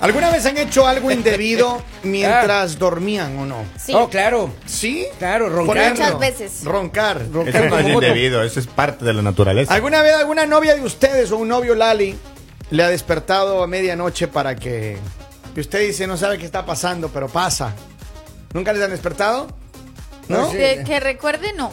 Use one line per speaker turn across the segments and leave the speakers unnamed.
¿Alguna vez han hecho algo
Ah.
indebido mientras dormían o no?
Sí.
Oh, claro.
¿Sí?
Claro,
Por
roncar.
ejemplo,
Muchas veces.
Roncar.
Roncar
Eso no es
como moto.
indebido, eso es parte de la naturaleza.
¿Alguna vez alguna novia de ustedes o un novio Lali le ha despertado a medianoche para que... Y usted dice, no sabe qué está pasando, pero pasa. ¿Nunca les han despertado? ¿No?
Pues Sí.
De que recuerde, no.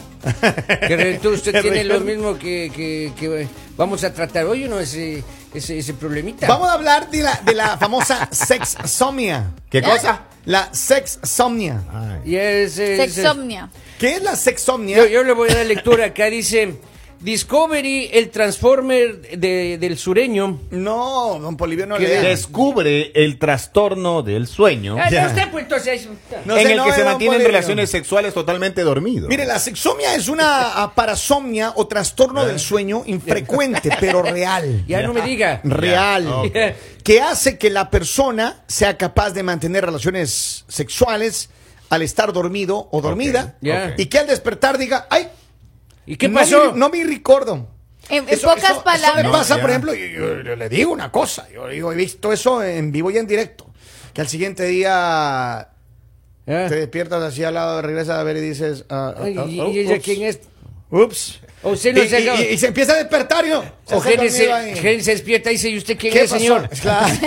Que re- tú- usted
Que
tiene lo
recuerdo.
mismo que, que- que vamos a tratar hoy, ¿no? Ese, ese, ese problemita.
Vamos a hablar de la, de la famosa sexsomnia. ¿Eh?
¿Qué cosa? Ah.
La sexsomnia.
Ay.
Y es, es-
Sexomnia.
¿Qué es la sexsomnia?
Yo, yo le voy a dar lectura. Acá dice Discovery, el Transformer de- del sureño.
No, don Polivio no
¿Qué
le da.
Descubre el trastorno del sueño
Ah,
Ya.
no, usted, pues, entonces, ahí-
No
en
sé,
el
no,
que se
don
mantienen
Polibio.
relaciones sexuales totalmente dormido.
Mire, la sexomnia es una ah, parasomnia o trastorno del sueño infrecuente, pero real.
¿Eh? ya no me diga.
Real.
Ya, ok.
Que hace que la persona sea capaz de mantener relaciones sexuales al estar dormido o dormida.
Ya.
Y que al despertar diga, ay,
¿Y qué
no
pasó?
me- No me recuerdo.
En, en
Eso-
pocas
eso- eso
palabras.
me pasa,
No, ya.
por ejemplo, yo, yo- yo le digo una cosa, yo, digo, he visto eso en vivo y en directo, que al siguiente día
Ah.
te despiertas así al lado, regresas a ver y dices, ah, ah,
Ay,
ah,
¿Y
oh,
y ella
ups,
quién es?
ups.
O usted
y,
Oh, no se
y-
acaba-
y- y se empieza a despertar yo. se
O
está
Gene
dormido
se,
ahí.
Gene se despierta y dice, ¿y usted quién
¿Qué
es,
pasó?
señor?
Claro.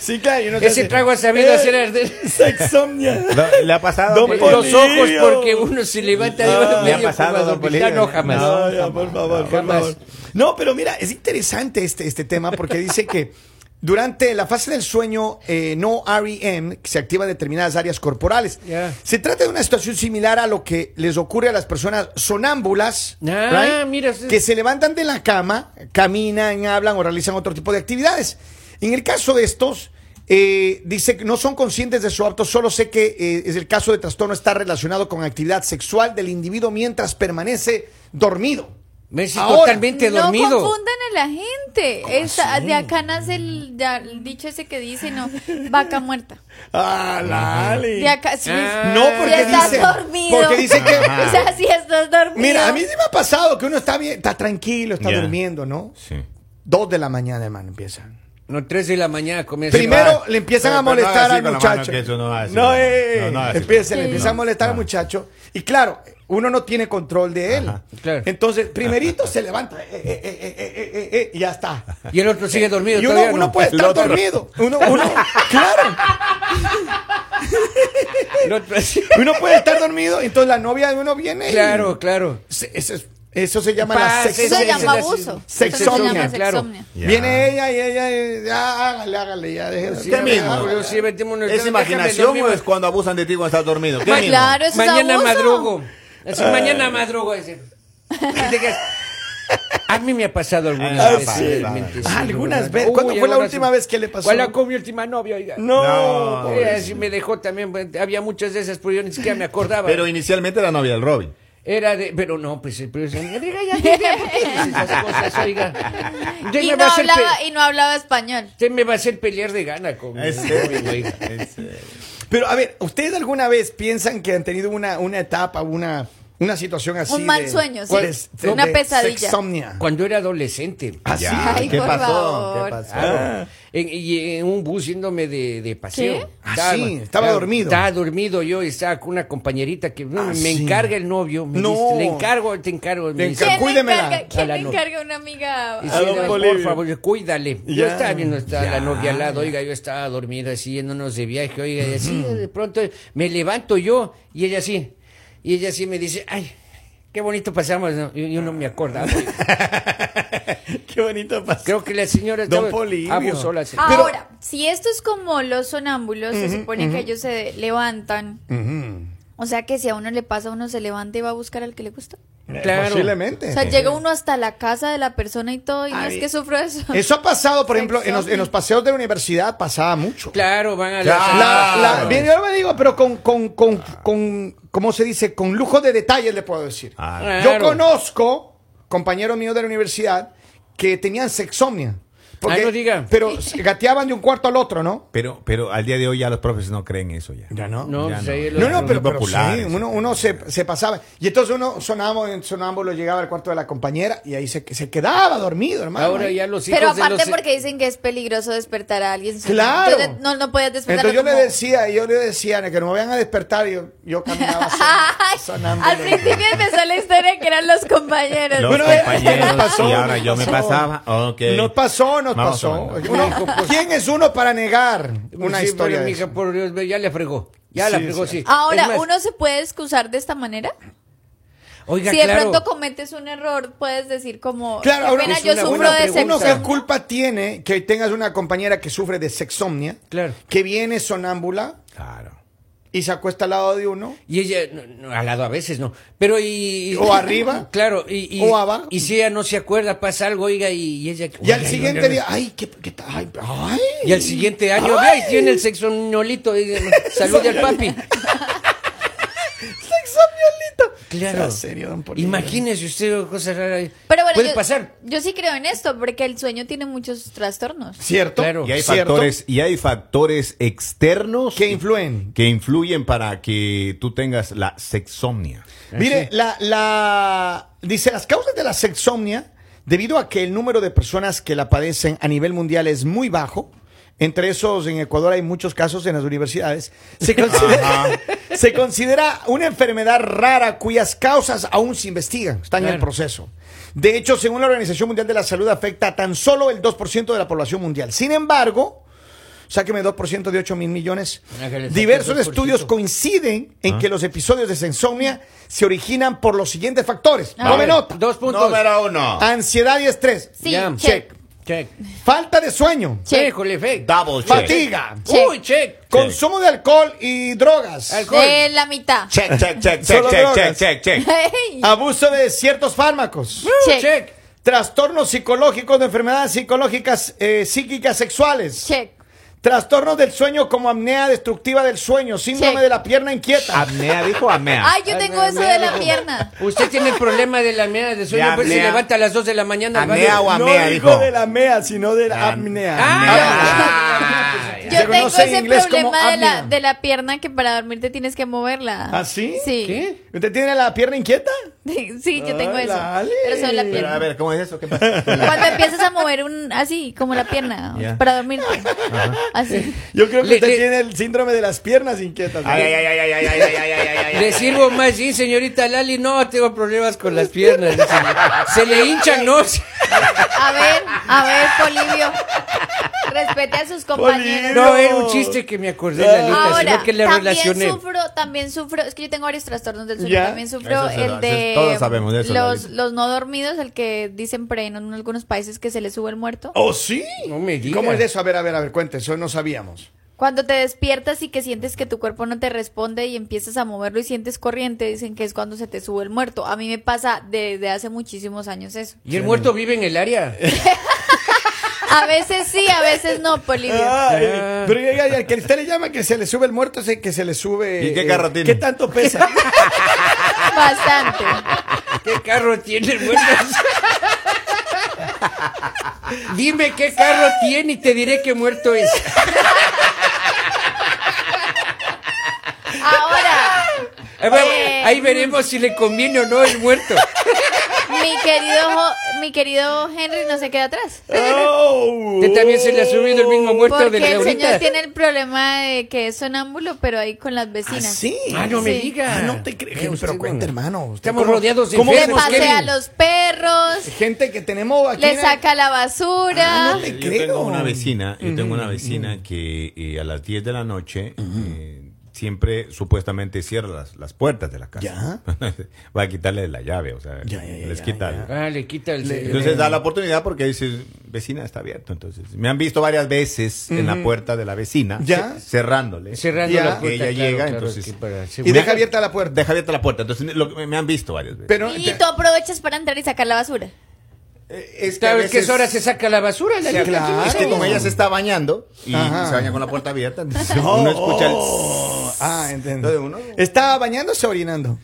sí, claro, y uno se
Ese
hace,
trago ha sabido
eh,
hacer arder
Sexomnia.
Lo- ¿Le ha pasado?
Don
que-
Poli-
los ojos
Polillo.
porque uno se levanta de
Ah,
¿le ha
medio
pasado,
como a
don
dormir.
Polillo?
Ah, No, jamás.
No, ya, por favor, por
Jamás.
favor. No, pero mira, es interesante este, este tema porque dice que durante la fase del sueño eh, no REM que se activa en determinadas áreas corporales.
Ya.
Se trata de una situación similar a lo que les ocurre a las personas sonámbulas
Ah, mira, sí.
que se levantan de la cama, caminan, hablan o realizan otro tipo de actividades. En el caso de estos, eh, dice que no son conscientes de su acto, solo sé que eh, es el caso de trastorno está relacionado con actividad sexual del individuo mientras permanece dormido.
Messi
Ahora,
totalmente
No
dormido.
confundan a la gente. Esa- de acá nace el, ya, el dicho ese que dice, no, vaca muerta.
Ah, Lali.
De acá, sí.
Ah.
No, porque
si estás
dice,
dormido.
porque dice que
O sea, si estás dormido.
Mira, a mí sí me ha pasado que uno está bien, está tranquilo, está
Ya.
durmiendo, ¿no?
Sí.
Dos de la mañana, hermano, empieza.
No, tres de la mañana comienza.
Primero
va.
le empiezan
Pero-
a
pero no
molestar
haga así
al
con la mano,
muchacho.
que eso no haga así.
No,
No,
eh,
no, no haga así.
empieza, le
Sí.
empieza a
No,
molestar al
no.
muchacho. Y claro, uno no tiene control de él.
Ajá.
Claro.
Entonces, primerito se levanta. eh, eh, eh, eh, eh, eh, eh, y ya está.
Y el otro sigue dormido.
Y uno,
todavía
uno
no.
puede
El
estar
otro.
dormido. Uno, uno, claro.
El otro-
Uno puede estar dormido. Entonces la novia de uno viene. y-
claro, claro.
Se- Eso, es- eso se llama la
Pase,
Eso
sexo.
se
sexo-
llama
sexo-
abuso.
sexo-
Eso se llama
sexomnia,
claro.
sexomnia.
Ya.
Viene ella y ella, y- ya, hágale, hágale, ya, deje de-
Sí,
Usted mismo.
ah, porque sí, metémonos-
¿Es
déjame
imaginación
dormir.
o es cuando abusan de ti cuando estás dormido? ¿Qué
Ma-
mismo?
Claro, eso es
Mañana
abuso.
madrugo. Así, mañana madrugo. ese. Y te quedas- A mí me ha pasado algunas
Ah,
veces.
sí.
realmente, sí,
Algunas
no,
veces.
no.
¿Cuándo
Uy,
fue la
ahora
última
sí.
vez que le pasó?
¿Cuál fue mi última novia? Oiga.
No.
No.
Sí, Eh, así me dejó también. bueno, Había muchas de esas, pero yo ni siquiera me acordaba.
Pero inicialmente era novia del Robin.
Era de. Pero no, pues. eh, Pero, oiga, ya, ya, ya, ¿por qué dices esas cosas, oiga? Usted
Y
me
no,
va a hacer
hablaba,
pe-
y no hablaba español.
Usted me va a hacer pelear de gana con
Ah,
En serio, en serio.
Pero a ver, ¿ustedes alguna vez piensan que han tenido una, una etapa, una, una situación así?
Un mal
de-
sueño, sí.
de- de-
Una
de
pesadilla.
sexomnia?
Cuando era adolescente.
¿Ah, sí?
Ya,
Ay,
¿Qué
por
pasó?
favor.
¿Qué pasó?
Claro. En, y en un bus yéndome de, de paseo.
¿Qué?
Ah, sí, estaba dormido.
Estaba dormido yo y estaba con una compañerita que no,
Ah,
me
sí.
encarga el novio. me
No.
dice, le encargo, te encargo. me
Le
dice,
encargo.
¿Quién le
Cuídemela.
encarga,
A
quién
la
le
no-
encarga una amiga?
Y
A
sí,
don
no, por
Polibio.
favor, cuídale. Yo
Ya.
estaba viendo, estaba
Ya.
la novia al lado, oiga, yo estaba dormida así, yéndonos de viaje, oiga, y así de pronto me levanto yo y ella así, y ella así me dice, ay, qué bonito pasamos, ¿no? yo, yo no me acordaba. oiga.
Qué bonito pasó.
Creo que la señora
Don
estaba
Polibio.
abusó
Ah.
la señora.
Ahora, si esto es como los sonámbulos, se supone que ellos se levantan.
Mm-hmm.
O sea que si a uno le pasa, uno se levanta y va a buscar al que le gusta.
Claro.
Posiblemente.
O sea, llega uno hasta la casa de la persona y todo, y no es que sufro eso.
Eso ha pasado, por ejemplo, en los, en los paseos de la universidad pasaba mucho.
Claro, van a
Claro.
La- la-
Ah.
bien, yo me digo, pero con, con, con, con, ¿cómo se dice? Con lujo de detalles le puedo decir.
Ah,
Claro.
Yo conozco compañeros míos de la universidad que tenían sexomnia. Porque-
Ah, no diga.
Pero se gateaban de un cuarto al otro, ¿no?
Pero, pero al día de hoy ya los profes no creen eso ya.
Ya no.
No,
Ya
pues
no.
ahí los-
No, no,
Muy
pero, pero sí,
populares.
uno, uno se, se pasaba. Y entonces uno sonaba, en sonámbulo llegaba al cuarto de la compañera y ahí se, se quedaba dormido, hermano.
Ahora
Ahí.
ya los e- hijos
Pero
de
aparte
los-
porque dicen que es peligroso despertar a alguien.
Claro.
Entonces, no, no podías despertar
Entonces yo le decía, yo le decía que no me vayan a despertar, y yo, yo caminaba son- sonámbulo.
Al principio empezó la historia que eran los compañeros.
Los
Bueno, eh,
compañeros.
nos pasó,
y ahora
nos
yo me
pasó.
pasaba. ok.
Nos pasó, nos
Vamos
pasó.
hablando.
Uno- ¿Quién es uno para negar una
Sí,
historia?
pero,
de
mija,
eso?
por Dios, ve, ya la fregó. Ya la
Sí,
fregó,
sí.
sí.
Ahora,
Es más,
¿uno se puede excusar de esta manera?
Oiga,
si de
claro.
pronto cometes un error, puedes decir como,
Claro,
"Qué
ahora
pena,
es
yo
una
sufro
buena
de
pregunta.
Uno,
sexo.
¿qué culpa tiene que tengas una compañera que sufre de sexomnia?
Claro.
Que viene sonámbula
Claro.
y se acuesta al lado de uno.
Y ella, no, no, al lado a veces no. Pero y.
O arriba.
Claro. Y, y-
O abajo.
Y si ella no se acuerda, pasa algo, oiga, y, y ella.
Y
oiga,
al
yo-
siguiente
yo-
día, ay, qué, qué tal, ay, ay.
Y al siguiente año, ay, tiene el sexo ñolito. Salude al papi. Claro.
Sea serio, don Polibio.
Imagínese usted cosas raras.
Pero bueno,
Puede
yo,
pasar.
yo sí creo en esto, porque el sueño tiene muchos trastornos.
Cierto.
Claro.
Y hay
¿Cierto?
factores, y hay factores externos
Que influyen.
que influyen para que tú tengas la sexomnia.
Mire, la, la- dice, las causas de la sexomnia, debido a que el número de personas que la padecen a nivel mundial es muy bajo, entre esos en Ecuador hay muchos casos en las universidades, se considera, se considera una enfermedad rara cuyas causas aún se investigan, están en el
Claro.
proceso. De hecho, según la Organización Mundial de la Salud, afecta a tan solo el 2% de la población mundial. Sin embargo, sáqueme 2% de 8 mil millones.
Ángel,
Diversos
2%.
estudios coinciden
Ah.
en que los episodios de sensomnia se originan por los siguientes factores.
Ah.
Tome
A ver.
nota.
Dos puntos.
Número uno.
Ah, Ansiedad y estrés.
Sí,
Ya.
check.
Check.
Falta de sueño.
Check.
Híjole, fe.
Double check.
Fatiga.
Check.
Uy, check.
Consumo de alcohol y drogas.
Alcohol.
De la mitad.
Check, check, check, check,
Solo
check, check,
drogas.
check, check.
Hey,
Abuso de ciertos fármacos.
Uh,
Check.
check.
Trastornos psicológicos de enfermedades psicológicas, eh, psíquicas sexuales.
check.
Trastornos del sueño como apnea destructiva del sueño, síndrome
Check.
de la pierna inquieta.
Apnea, dijo apnea.
Ay, yo tengo eso de la pierna.
Usted tiene el problema de la mierda de sueño,
De
pues se
apnea.
levanta a las 2 de la mañana. al
Apnea
baño.
o apnea,
digo
dijo.
de la mea, sino de la
Am-
apnea.
Ah,
Se
Yo tengo
conoce en
ese
inglés como
problema de la,
apnea.
de la pierna que para dormir te tienes que moverla.
¿Ah, sí?
Sí.
¿Qué?
¿Usted tiene la pierna inquieta?
Sí, yo tengo eso.
Dale.
Pero solo la
Pero a
pierna.
ver, ¿cómo es eso? ¿Qué pasa?
Cuando empiezas a mover un así, como la pierna,
Ya.
para dormir. Así.
Yo creo que
Le-
usted
le-
tiene el síndrome de las piernas inquietas. ¿no?
Ay, ay, ay, ay, ay, ay, ay, ay, ay, ay, ay.
Le sirvo más gin, señorita Lali. No, tengo problemas con las piernas. dice. Se le hinchan, ¿no?
A ver, a ver, Polivio. Respete a sus compañeros.
Polibio.
No, era un chiste que me acordé,
Ah.
Lalita,
Ahora,
sino que le
también
relacioné.
sufro, también sufro, es que yo tengo varios trastornos del sueño,
Ya.
también sufro
Eso se-
el de
eso todos sabemos de eso,
los,
Lalita.
los no dormidos, el que dicen por ahí en algunos países que se les sube el muerto.
¿Oh, sí?
No me diga.
¿Cómo es eso? A ver, a ver, a ver, cuente, eso no sabíamos.
Cuando te despiertas y que sientes que tu cuerpo no te responde y empiezas a moverlo y sientes corriente, dicen que es cuando se te sube el muerto. A mí me pasa desde hace muchísimos años eso.
¿Y el muerto vive en el área?
A veces sí, a veces no, Polivio.
Ay,
Ah.
pero ya, ya, el que usted le llama que se le sube el muerto, ese que se le sube.
¿Y qué
eh,
carro tiene?
¿Qué tanto pesa?
Bastante.
¿Qué carro tiene el muerto? Dime qué carro tiene y te diré qué muerto es.
Ahora,
A ver,
Eh.
ahí veremos si le conviene o no el muerto.
mi querido, Jo- mi querido Henry no se queda atrás.
Oh,
Usted también se le ha subido el mismo muerto de
Porque el
Laurita.
señor tiene el problema de que es sonámbulo, pero ahí con las vecinas.
Sí.
Ah, no me
Sí.
diga.
Ah, no te creo.
Vea usted,
Pero cuente,
bueno.
hermano. usted
Estamos
cómo-
rodeados de
cómo
Le
enfermos,
vemos que-
pasea a
Kevin.
los perros,
Gente que tenemos aquí. en
le
el-
saca la basura.
Ah, no te
Yo
creo.
tengo una vecina, yo tengo una vecina que eh, a las 10 de la noche eh, siempre supuestamente cierra las, las puertas de la casa. Va a quitarle la llave, o sea,
Ya, ya, ya,
les
ya, Eh.
quita.
Ah, le quita el...
Entonces da la oportunidad porque dice, vecina está abierto. Entonces, me han visto varias veces en la puerta de la vecina,
Ya.
ce- cerrándole.
Cerrando
Ya.
la puerta.
Que ella
claro,
llega,
claro,
entonces.
que para-
Y deja abierta la puerta.
Deja abierta la puerta. Entonces, lo que- me han visto varias veces.
Pero,
Y tú aprovechas para entrar y sacar la basura.
Eh, es
Claro,
a
es que es
veces-
hora se saca la basura. la neta,
claro.
¿qué
Es que
hacemos?
como ella se está bañando y
Ajá.
se baña con la puerta abierta, entonces uno escucha el...
Oh, Ah, entiendo.
Entonces uno-
¿Estaba bañándose o orinando?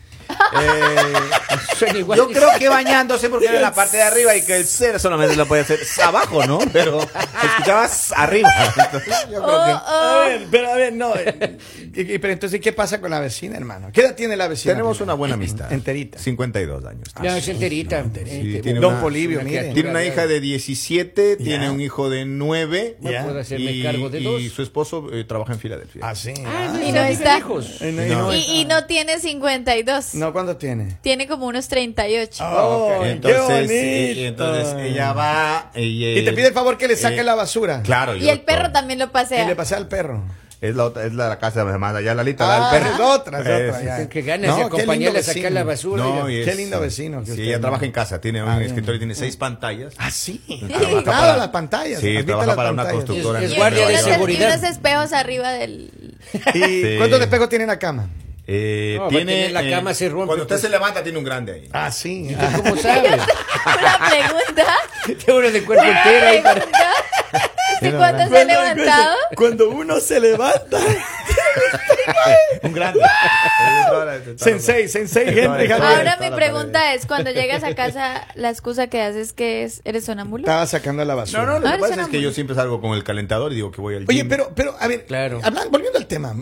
Son igual.
Yo creo que bañándose porque era en la parte de arriba y que el ser solamente lo puede hacer abajo, ¿no? Pero escuchabas arriba. Entonces, yo
Oh,
creo que-
A ver, pero a ver, no. eh, y- y- pero entonces, ¿qué pasa con la vecina, hermano? ¿Qué edad tiene la vecina?
Tenemos una buena amistad.
Enterita.
52 años.
Ya, es enterita. Eh,
Sí,
Ente-
tiene
Don
una-
Polivio,
una
mire.
Tiene
criatura,
una hija de 17, tiene un hijo de 9.
No
Ya.
puedo hacerme
y,
cargo de
y
dos.
su esposo eh, trabaja en Filadelfia.
Ah, sí.
Ah,
ah.
Y
son
no está.
hijos.
Y no, y
No.
no-
Y, y no tiene 52.
no, ¿cuánto tiene?
Tiene como unos 38.
Oh, qué
entonces,
bonito.
eh, entonces ella va y, eh,
Y te pide el favor que le saque
eh,
la basura.
Claro.
y
yo-
el perro también lo
Y
pasea.
le pasé al perro.
Es la otra, es la, casa de más allá, Lalita,
Ah,
la del perro.
es otra, es otra,
Es-
ya.
Que ganas
No,
de
qué lindo
acompañarla a
vecino.
sacar la basura.
No,
y-
y
Qué lindo vecino que
Sí,
usted,
ella
¿no?
trabajo en casa, tiene un
Ah, bien.
escritorio, tiene seis pantallas.
Ah, sí.
Trabaja
Nada,
para-
las pantallas.
Sí,
Admita
trabaja
las
para una
pantallas.
constructora.
Es- es
en
guardia de
Nueva
unos,
York.
seguridad.
y unos espejos arriba del.
¿Y
Sí.
cuántos espejos tiene en la cama?
Eh,
No, va a
tiene
tener la
eh,
cama, se rompe,
Cuando usted
pues.
se levanta, tiene un grande ahí.
Ah, sí.
¿Tú ¿Cómo sabes?
Una pregunta.
Tengo uno de cuerpo entero ahí para-
¿Y cuándo se ha levantado?
Cuando uno se levanta.
Un grande.
sensei, sensei, gente.
Ahora-
Javier.
Ahora mi pregunta es, cuando llegas a casa, la excusa que haces que es, eres sonambulo.
Estaba sacando la basura.
No, no, lo que
Ahora
pasa
suena
es que
muy-
yo siempre salgo con el calentador y digo que voy al
Oye,
gym.
pero, pero, a ver,
Claro.
hablan- volviendo al tema,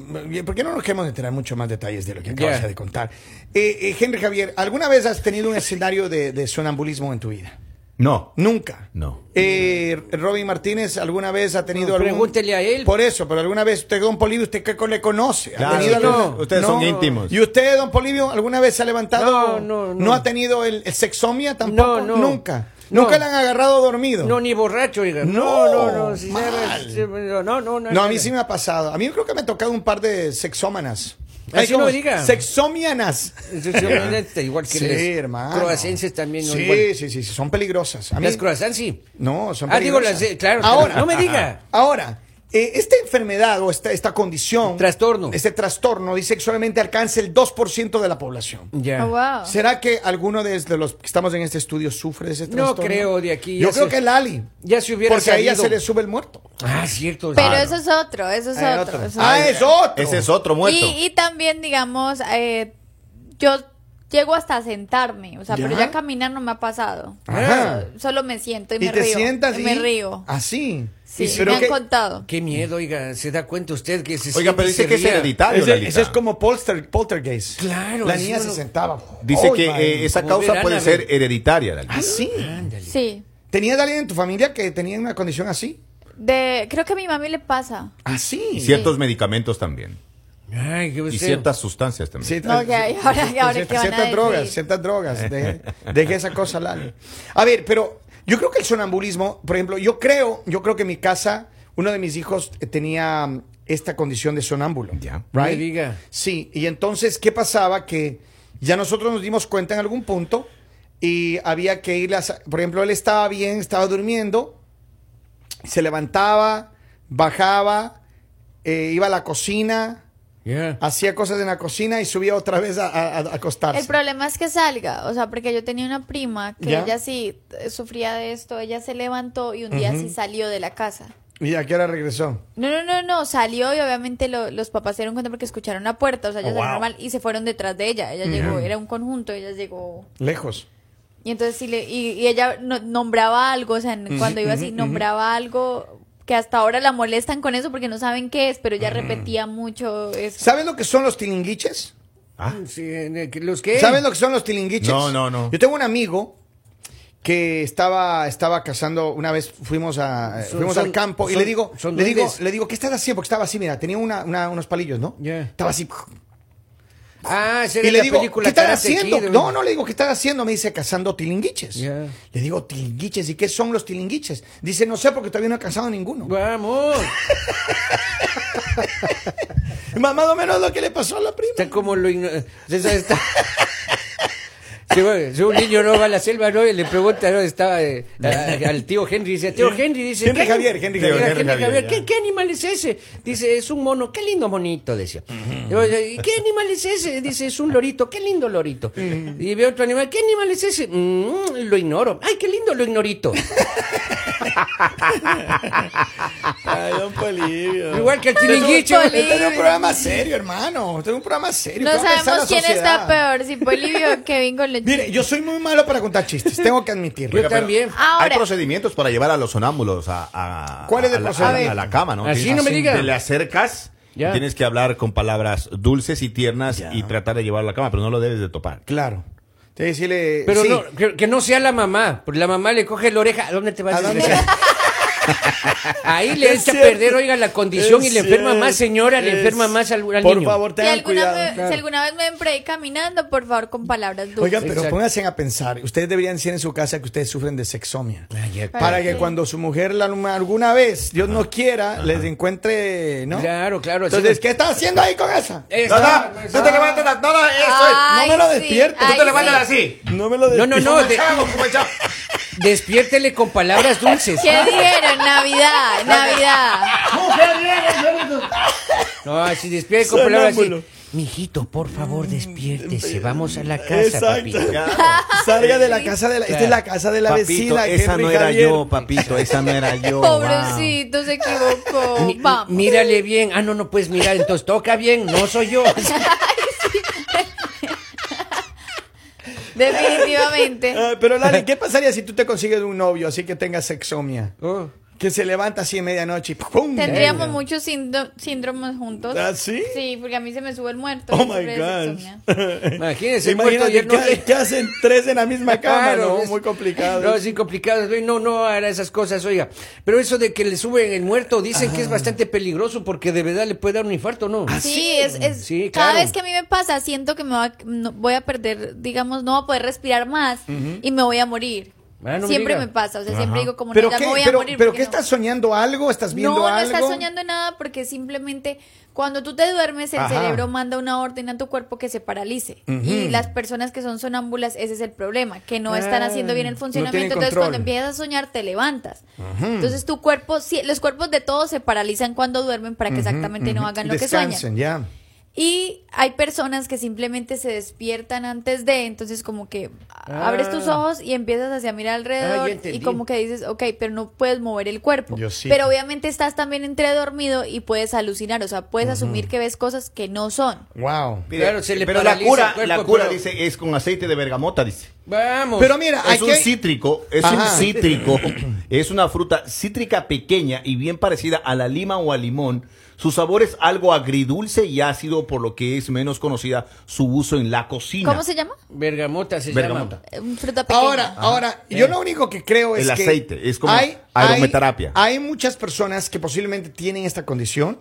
¿por qué no nos queremos enterar mucho más detalles de lo que acabas
Ya.
de contar? Eh, eh, Henry Javier, ¿alguna vez has tenido un escenario de, de sonambulismo en tu vida?
No.
Nunca.
No.
Eh, Robin Martínez, ¿alguna vez ha tenido
No,
algún-
pregúntele a él.
Por eso, pero alguna vez usted, don Polivio, usted que le conoce. ¿Ha
Claro,
tenido
no,
alguna-
ustedes son íntimos.
¿Y usted, don Polivio, alguna vez se ha levantado?
No, no, no.
ha tenido el, el sexomia tampoco?
No, no.
Nunca.
No.
Nunca le han agarrado dormido.
No, ni borracho, oiga.
No,
No, no, no. si
mal.
sabes, si- no, no, no,
No, a mí
nada.
sí me ha pasado. A mí yo creo que me ha tocado un par de sexómanas.
Así
Ay, ¿cómo?
no diga.
Sexómianas.
Eso sí, obviamente, igual que
Sí,
las
hermano.
croacenses también. ¿no?
Sí,
Igual.
sí, sí, sí, son peligrosas. A mí,
Las croissants sí.
no, son
Ah, digo
peligrosas.
las de- claro,
Ahora,
no me diga.
Ahora, eh, esta enfermedad o esta, esta condición.
Trastorno.
Este trastorno dice que solamente alcanza el 2% de la población.
Ya.
Oh, wow.
¿Será que alguno de de los que estamos en este estudio sufre de ese trastorno?
creo, de aquí
Yo
ya
creo
se-
que Lali.
ya se hubiera
Porque a ella
sabido.
se le sube el muerto.
Ah, cierto.
Pero
Ah,
eso es otro, eso es
Ah,
otro.
otro.
eso es
Ah,
otro.
es otro.
Ese es otro muerto.
Y, y también, digamos, eh, yo llego hasta a sentarme, o sea,
¿Ya?
pero ya caminar no me ha pasado.
Ajá.
Solo me siento y,
Y
Eh, me
te
río.
sientas
y
y-
me río.
Así.
Sí,
Y-
me han
que-
contado.
Ah, Qué miedo, oiga. ¿Se da cuenta usted que se
Oiga,
siente
pero
y
dice
se
que es
ría?
hereditario,
Ese,
Lalita.
ese es como polster, poltergeist.
Claro,
La
es
niña
uno-
se sentaba.
Dice
Oh,
que
my.
eh, esa
Como
causa puede
verano.
ser hereditaria, Lalita.
Así.
Sí.
¿Tenías a alguien en tu familia que tenía una condición así?
De, creo que a mi mami le pasa.
Así.
Y ciertos medicamentos también.
Ay,
Pues
qué
Y
usted-
ciertas sustancias también.
Ciertas-
No, ya, y ahora- y ahora, ¿qué
ciertas,
van a
ciertas drogas,
decir?
ciertas drogas. Deje, deje esa cosa, Lali. A ver, pero yo creo que el sonambulismo, por ejemplo, yo creo, yo creo que en mi casa, uno de mis hijos eh, tenía mm, esta condición de sonámbulo.
Ya.
No
Right?
me diga.
Sí, y entonces, ¿qué pasaba? Que ya nosotros nos dimos cuenta en algún punto y había que ir, a sa- por ejemplo, él estaba bien, estaba durmiendo, se levantaba, bajaba, eh, iba a la cocina,
Ya.
hacía cosas en la cocina y subía otra vez a, a- a acostarse.
El problema es que salga, o sea, porque yo tenía una prima que
¿Ya?
ella sí eh, sufría de esto, ella se levantó y un día sí salió de la casa.
¿Y a qué hora regresó?
No, no, no, no, salió y obviamente lo- los papás se dieron cuenta porque escucharon la puerta, o sea, ella
Oh,
salió
wow.
normal y se fueron detrás de ella, ella llegó, era un conjunto, ella llegó.
Lejos.
Y entonces sí le, y, y ella no- nombraba algo, o sea, en- cuando iba así, nombraba algo que hasta ahora la molestan con eso porque no saben qué es, pero ella repetía mucho eso.
¿Sabes lo que son los tilinguiches?
Ah,
Sí, eh, que- ¿Los qué?
¿Saben lo que son los tilinguiches?
No, no, no.
Yo tengo un amigo que estaba, estaba cazando, una vez fuimos, a, eh,
Son-
fuimos
son-
al campo y
son-
le digo,
son
le digo,
duendes.
le digo, ¿qué estás haciendo? Porque estaba así, mira, tenía una, una- unos palillos, ¿no?
Ya.
Estaba así.
Ah, esa
Y
era
le
la
digo,
película
¿qué estás
Karate
haciendo?
Kid,
no,
oiga.
no, le digo, ¿qué estás haciendo? Me dice, cazando tilinguiches.
Ya.
Le digo, tilinguiches, ¿y qué son los tilinguiches? Dice, no sé, porque todavía no he cazado ninguno.
Vamos.
Más más o menos lo que le pasó a la prima.
Está como lo igno- Esa está- Si, bueno, si un niño no va a la selva, ¿no? Y le pregunta, ¿no? Estaba eh, a- al tío Henry, dice, tío Henry, dice...
Henry
"¿Qué-
Javier, Henry
Tío
Javier,
Henry
Henry
Javier,
Javier,
¿qué,
ya.
qué animal es ese? Dice, es un mono, qué lindo monito, decía. Yo, yo, ¿Y qué animal es ese? Dice, es un lorito, qué lindo lorito. Y veo otro animal, ¿qué animal es ese? "Mm, lo ignoro. Ay, qué lindo lo ignorito.
Ay, don Polivio.
Igual que el
Don
chiringuicho.
Poli.
Este es un programa serio, hermano. Este es un programa serio.
No
¿Qué va a pensar
sabemos
la
quién
sociedad?
está peor, si Polivio o Kevin con leche.
Mire, yo soy muy malo para contar chistes, tengo que admitirlo.
Yo también.
Ahora.
Hay procedimientos para llevar a los sonámbulos a, a,
¿Cuál es el
a la- a
procedimiento?
la- a la cama, ¿no?
Así no me diga.
Te le acercas,
Ya.
tienes que hablar con palabras dulces y tiernas y tratar de llevarlo a la cama, pero no lo debes de topar.
Claro. Te voy a decirle.
Pero
sí.
no, que, que no sea la mamá, porque la mamá le coge la oreja, ¿a dónde te vas
¿A
a
dónde?
desmayar? Ahí le
Es
echa a
cierto.
perder, oiga, la condición y
Es
le enferma más,
cierto,
señora, le
es-
enferma más al, al
Por
niño.
favor,
Si
tengan
alguna,
cuidado.
vez-
claro.
si alguna vez me empré caminando, por favor, con palabras dulces.
Oigan, pero
Exacto.
pónganse a pensar. Ustedes deberían decir en su casa que ustedes sufren de sexomia.
Ay, ya,
Para que
sí.
cuando su mujer la numa- alguna vez, Dios no quiera, les encuentre, ¿no?
Claro, pues. claro, así
Entonces,
no-
¿qué estás haciendo ahí con esa?
Esa- esa-
la- no, no, eso es.
Ay,
no me lo
sí,
despiertes, tú
ay,
te levantas
sí.
así.
No me lo
No, no, no, de-
Chavo, como chavo.
despiértele con palabras dulces.
¿Qué dijeron? Navidad, Navidad.
No, así despierte con palabras así.
Sonámbulo. Mm,
Mijito, por favor, despiértese, vamos a la casa,
Exacto.
papito.
Salga de la casa de la. Esta es la casa de la
Papito,
vecina. qué
esa no
rica
era
ayer.
yo, papito, esa no era yo. wow.
Pobrecito, se equivocó.
Mi-
Vamos.
mírale bien. Ah, no, no puedes mirar, entonces toca bien, no soy yo.
Definitivamente.
Ah, pero Lali, ¿qué pasaría si tú te consigues un novio así que tenga sexomia?
Oh.
Que se levanta así en medianoche y ¡pum! Eh,
Tendríamos muchos síndo- síndromes juntos.
¿Ah, sí?
Sí, porque a mí se me sube el muerto.
Oh
yo
my
sufro de
God.
sexomía.
Imagínense, muerto
Imagínate,
ayer no
¿qué, qué hacen tres en la misma cama? ¿no?
Claro, es-
Muy complicado.
No, sí, complicado. güey, No, no hará esas cosas, oiga. Pero eso de que le suben el muerto, dicen que es
Ah.
bastante peligroso porque de verdad le puede dar un infarto, ¿no?
Sí, es, es-
Sí,
cada
claro.
vez que a mí me pasa, siento que me va- no- voy a perder, digamos, no voy a poder respirar más y me voy a morir.
Ah, no me
siempre
diga.
me pasa, o sea, siempre digo como
¿Pero
no, ya
qué,
me voy a
pero,
morir.
pero
porque
qué
no.
estás soñando algo? ¿Estás viendo
No, no
algo?
estás soñando nada porque simplemente cuando tú te duermes el
Ajá.
cerebro manda una orden a tu cuerpo que se paralice. Y las personas que son sonámbulas, ese es el problema, que no están
Ah,
haciendo bien el funcionamiento.
tienen
Entonces
control.
cuando empiezas a soñar te levantas. Entonces tu cuerpo, sí, los cuerpos de todos se paralizan cuando duermen para que exactamente no hagan lo que
Descansen,
sueñan.
ya.
Y hay personas que simplemente se despiertan antes de, entonces como que
Ah.
abres tus ojos y empiezas hacia mirar
Ah,
alrededor
ya entendí.
y como que dices, ok, pero no puedes mover el cuerpo.
Yo sí.
Pero obviamente estás también entre dormido y puedes alucinar, o sea, puedes asumir que ves cosas que no son.
Wow.
Mire,
Claro, se le
pero la
paraliza
cura,
el cuerpo,
la cura
pero-
dice es con aceite de bergamota, dice.
Vamos.
Pero mira,
Es
aquí
un
hay-
cítrico, es un
Ajá.
cítrico, es una fruta cítrica pequeña y bien parecida a la lima o al limón. Su sabor es algo agridulce y ácido, por lo que es menos conocida su uso en la cocina.
¿Cómo se llama?
Bergamota se
Bergamota.
Eh, un Fruta pequeña. Eh.
Ahora, ahora, yo lo único que creo es
El
que
aceite, es como aromaterapia.
Hay, hay muchas personas que posiblemente tienen esta condición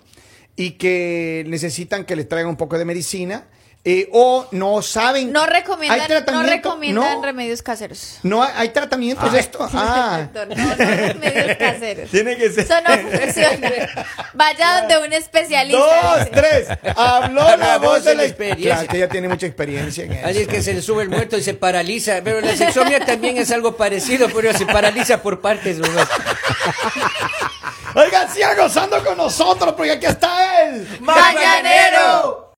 y que necesitan que les traigan un poco de medicina eh, o no saben.
no
Hay
recomiendan, no
tratamiento-
recomiendan
no,
remedios caseros.
no, hay hay tratamientos de esto. Ah.
Doctor, no, no remedios caseros.
Tiene que ser.
Eso no funciona. Vaya donde un especialista.
Dos,
dice.
tres. Habló la voz de la
experiencia.
Claro, que ella tiene mucha experiencia en eso.
Así es que se le sube el muerto y se paraliza. Pero la sexomia también es algo parecido, pero se paraliza por partes, ¿verdad?
Oigan, sigan gozando con nosotros, porque aquí está él.
¡Mañanero!